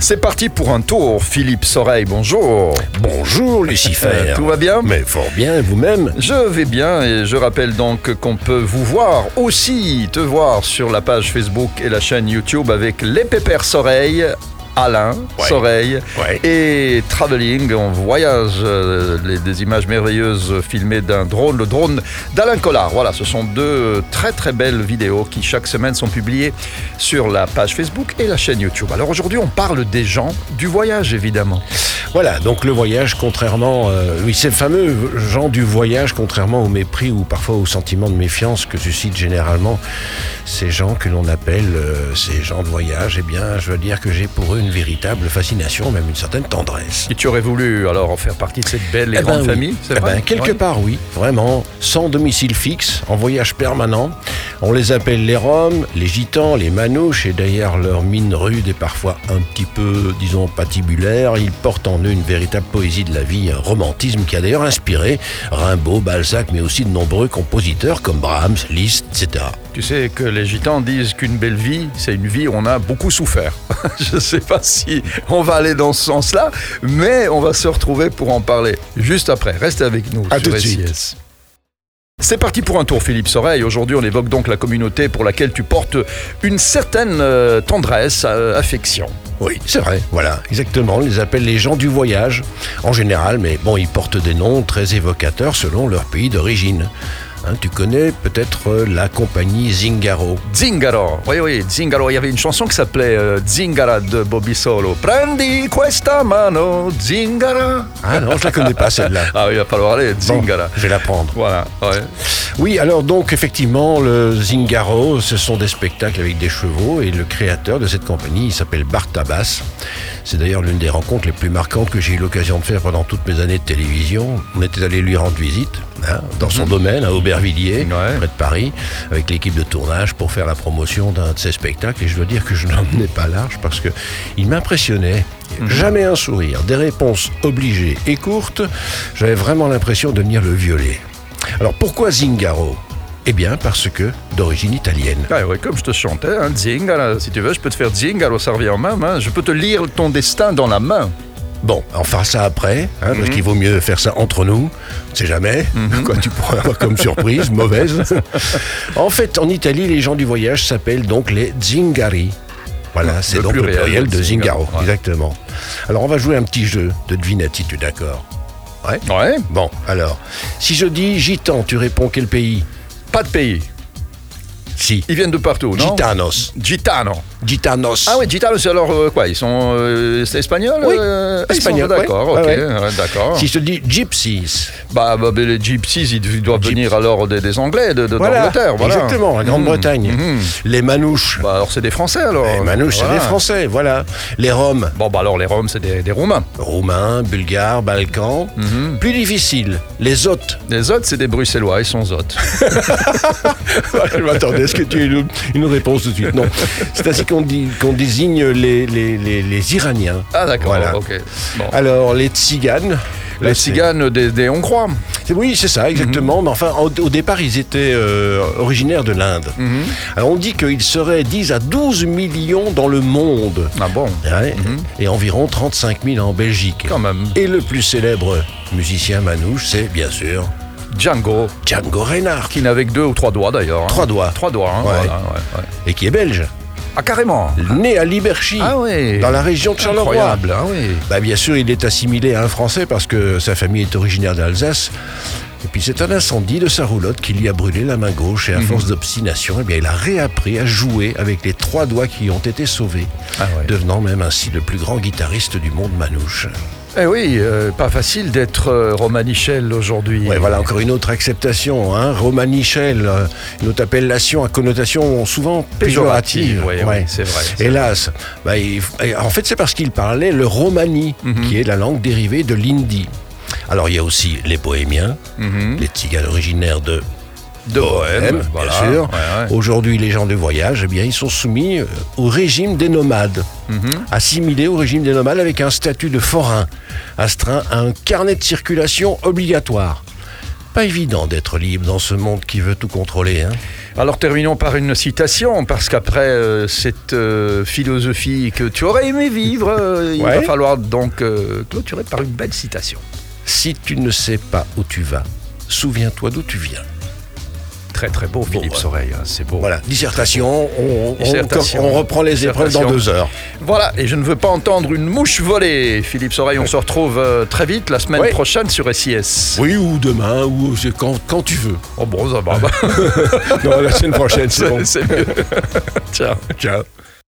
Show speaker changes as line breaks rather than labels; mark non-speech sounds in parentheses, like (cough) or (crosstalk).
C'est parti pour un tour. Philippe Soreille, bonjour. Euh,
Bonjour Lucifer.
Tout va bien
Mais fort bien, vous-même
Je vais bien et je rappelle donc qu'on peut vous voir aussi, te voir sur la page Facebook et la chaîne YouTube avec les pépères Soreille. Alain,
Ouais.
Soreille
Ouais.
et Travelling. On voyage euh, les- des images merveilleuses filmées d'un drone, le drone d'Alain Collard. Voilà, ce sont deux très très belles vidéos qui chaque semaine sont publiées sur la page Facebook et la chaîne YouTube. Alors aujourd'hui, on parle des gens du voyage évidemment.
Voilà, donc le voyage, contrairement... euh, oui, c'est le fameux genre du voyage, contrairement au mépris ou parfois au sentiment de méfiance que suscitent généralement ces gens que l'on appelle euh, ces gens de voyage. Eh bien, je veux dire que j'ai pour eux une véritable fascination, même une certaine tendresse.
Et tu aurais voulu alors en faire partie de cette belle et
Eh ben
grande
oui.
famille, c'est
Eh
vrai
ben, quelque
Ouais.
part, oui, vraiment, sans domicile fixe, en voyage permanent. On les appelle les Roms, les Gitans, les Manouches, et d'ailleurs leur mine rude est parfois un petit peu, disons, patibulaire. Ils portent en eux une véritable poésie de la vie, un romantisme qui a d'ailleurs inspiré Rimbaud, Balzac, mais aussi de nombreux compositeurs comme Brahms, Liszt, etc.
Tu sais que les gitans disent qu'une belle vie, c'est une vie où on a beaucoup souffert. (laughs) Je ne sais pas si on va aller dans ce sens-là, mais on va se retrouver pour en parler juste après. Restez avec nous
À
sur
tout de suite.
SIS. C'est parti pour un tour, Philippe Soreille. Aujourd'hui, on évoque donc la communauté pour laquelle tu portes une certaine euh, tendresse, euh, affection.
Oui, c'est vrai, voilà, exactement. On les appelle les gens du voyage, en général, mais bon, ils portent des noms très évocateurs selon leur pays d'origine. Hein, tu connais peut-être euh, la compagnie Zingaro.
Zingaro, oui, oui, Zingaro. Il y avait une chanson qui s'appelait euh, Zingara de Bobby Solo. Prendi questa mano, Zingara.
Ah non, je la connais pas celle-là.
Ah oui, il va falloir aller,
Bon,
Zingara.
je vais la prendre.
Voilà, ouais.
Oui, alors donc effectivement, le Zingaro, ce sont des spectacles avec des chevaux et le créateur de cette compagnie, il s'appelle Bartabas. C'est d'ailleurs l'une des rencontres les plus marquantes que j'ai eu l'occasion de faire pendant toutes mes années de télévision. On était allé lui rendre visite hein, dans son domaine à Aubervilliers,
Ouais.
près de Paris, avec l'équipe de tournage pour faire la promotion d'un de ses spectacles. Et je dois dire que je n'en menais pas large parce que il m'impressionnait. Jamais un sourire, des réponses obligées et courtes. J'avais vraiment l'impression de venir le violer. Alors pourquoi Zingaro Eh bien parce que d'origine italienne.
Ah oui, comme je te chantais, hein, Zingara, si tu veux, je peux te faire Zingaro, ça revient en main, hein. je peux te lire ton destin dans la main.
Bon, enfin ça après, hein,
Mhm.
parce qu'il vaut mieux faire ça entre nous. On sait jamais quoi tu pourras avoir comme
(laughs)
surprise mauvaise. en fait, en Italie, les gens du voyage s'appellent donc les Zingari. Voilà, c'est donc le
pluriel,
pluriel de
Zingaro,
Zingaro,
ouais.
exactement. Alors on va jouer un petit jeu de devinati, tu es d'accord Ouais.
Ouais,
Bon, alors, si je dis gitan, tu réponds quel pays
pas de pays,
Si.
ils viennent de partout, non
Gitanos.
Gitano.
Gitanos.
Ah oui, Gitano, c'est alors euh, quoi Ils sont euh, c'est espagnols
Oui,
euh, ils sont-
espagnols, ouais.
D'accord, ok,
Ouais, ouais.
ouais, d'accord.
Si je te dis gypsies,
Bah, bah, mais les gypsies, ils doivent
Gyps-
venir alors des, des Anglais, de, de- d'Angleterre, voilà. Mhm.
Exactement, la Grande-Bretagne. Les Manouches.
Bah, alors c'est des Français alors.
les Manouches,
Oh, Voilà.
Eh, c'est des Français, voilà. Les Roms,
Bon, bah alors les Roms, c'est des, des Roumains.
Roumains, Bulgares, Balkans.
Mhm.
Plus difficile, les Hôtes. (laughs)
Les Zotes, c'est des Bruxellois, ils sont Zotes.
Oh, Je m'attendais à ce que tu aies une, une réponse tout de suite. Non, c'est ainsi qu'on dit- qu'on désigne les, les- les- les Iraniens.
Ah d'accord,
Voilà.
ok. Bon.
Alors, les Tziganes.
Les
Là, c'est-
Tziganes Mhm. des, des Hongrois.
C'est- Oui, c'est ça, exactement. Mais enfin, au, au départ, ils étaient euh, originaires de l'Inde.
Mhm.
Alors, on dit qu'ils seraient 10 à 12 millions dans le monde.
Ah bon
Ouais, Et environ 35 000 en Belgique.
Quand même.
Et le plus célèbre musicien manouche, c'est bien sûr
Django,
Django Reinhardt,
qui n'avait que deux ou trois doigts d'ailleurs. hein.
Trois doigts.
Trois doigts, hein,
Ouais.
voilà, ouais, ouais.
et qui est belge,
Ah carrément
né à Liberchy,
Ah oui
dans la région de Charleroi.
Incroyable, ah oui
Bah, bien sûr, il est assimilé à un Français parce que sa famille est originaire d'Alsace. Et puis c'est un incendie de sa roulotte qui lui a brûlé la main gauche
Mhm.
et à force d'obstination, eh bien, il a réappris à jouer avec les trois doigts qui ont été sauvés,
Ah ouais.
devenant même ainsi le plus grand guitariste du monde manouche.
Eh oui, euh, pas facile d'être euh, Romanichel aujourd'hui.
Ouais, voilà encore une autre acceptation. Hein. Romanichel, euh, une autre appellation à connotation souvent
Péjorative,
péjorative.
ouais, ouais, c'est vrai, c'est
Hélas, bah, il f- et en fait c'est parce qu'il parlait le romani,
Mhm.
qui est la langue dérivée de l'hindi. Alors il y a aussi les bohémiens, les tziganes originaires de
Mhm. De Bohème,
bien
voilà.
sûr.
Ouais, ouais.
Aujourd'hui, les gens de voyage, eh bien, ils sont soumis euh, au régime des nomades, Mhm. assimilés au régime des nomades avec un statut de forain, astreint à un carnet de circulation obligatoire. Pas évident d'être libre dans ce monde qui veut tout contrôler. hein.
Alors terminons par une citation, parce qu'après euh, cette euh, philosophie que tu aurais aimé vivre, euh, il
Ouais.
va falloir donc euh, clôturer par une belle citation.
Si tu ne sais pas où tu vas, souviens-toi d'où tu viens.
Très très beau, Philippe
ouais.
Soreille, hein, c'est beau.
Voilà, dissertation, on, on-
Dissertation.
on reprend les épreuves dans
Dissertation.
deux heures.
Voilà, et je ne veux pas entendre une mouche voler. Philippe Soreille, on se retrouve euh, très vite la semaine
Ouais.
prochaine sur SIS.
Oui, ou demain, ou c'est quand, quand tu veux.
Oh bon, ça va, bah,
(laughs)
(laughs)
Non, la semaine prochaine, (laughs) c'est bon.
c'est mieux. Ciao.
Ciao.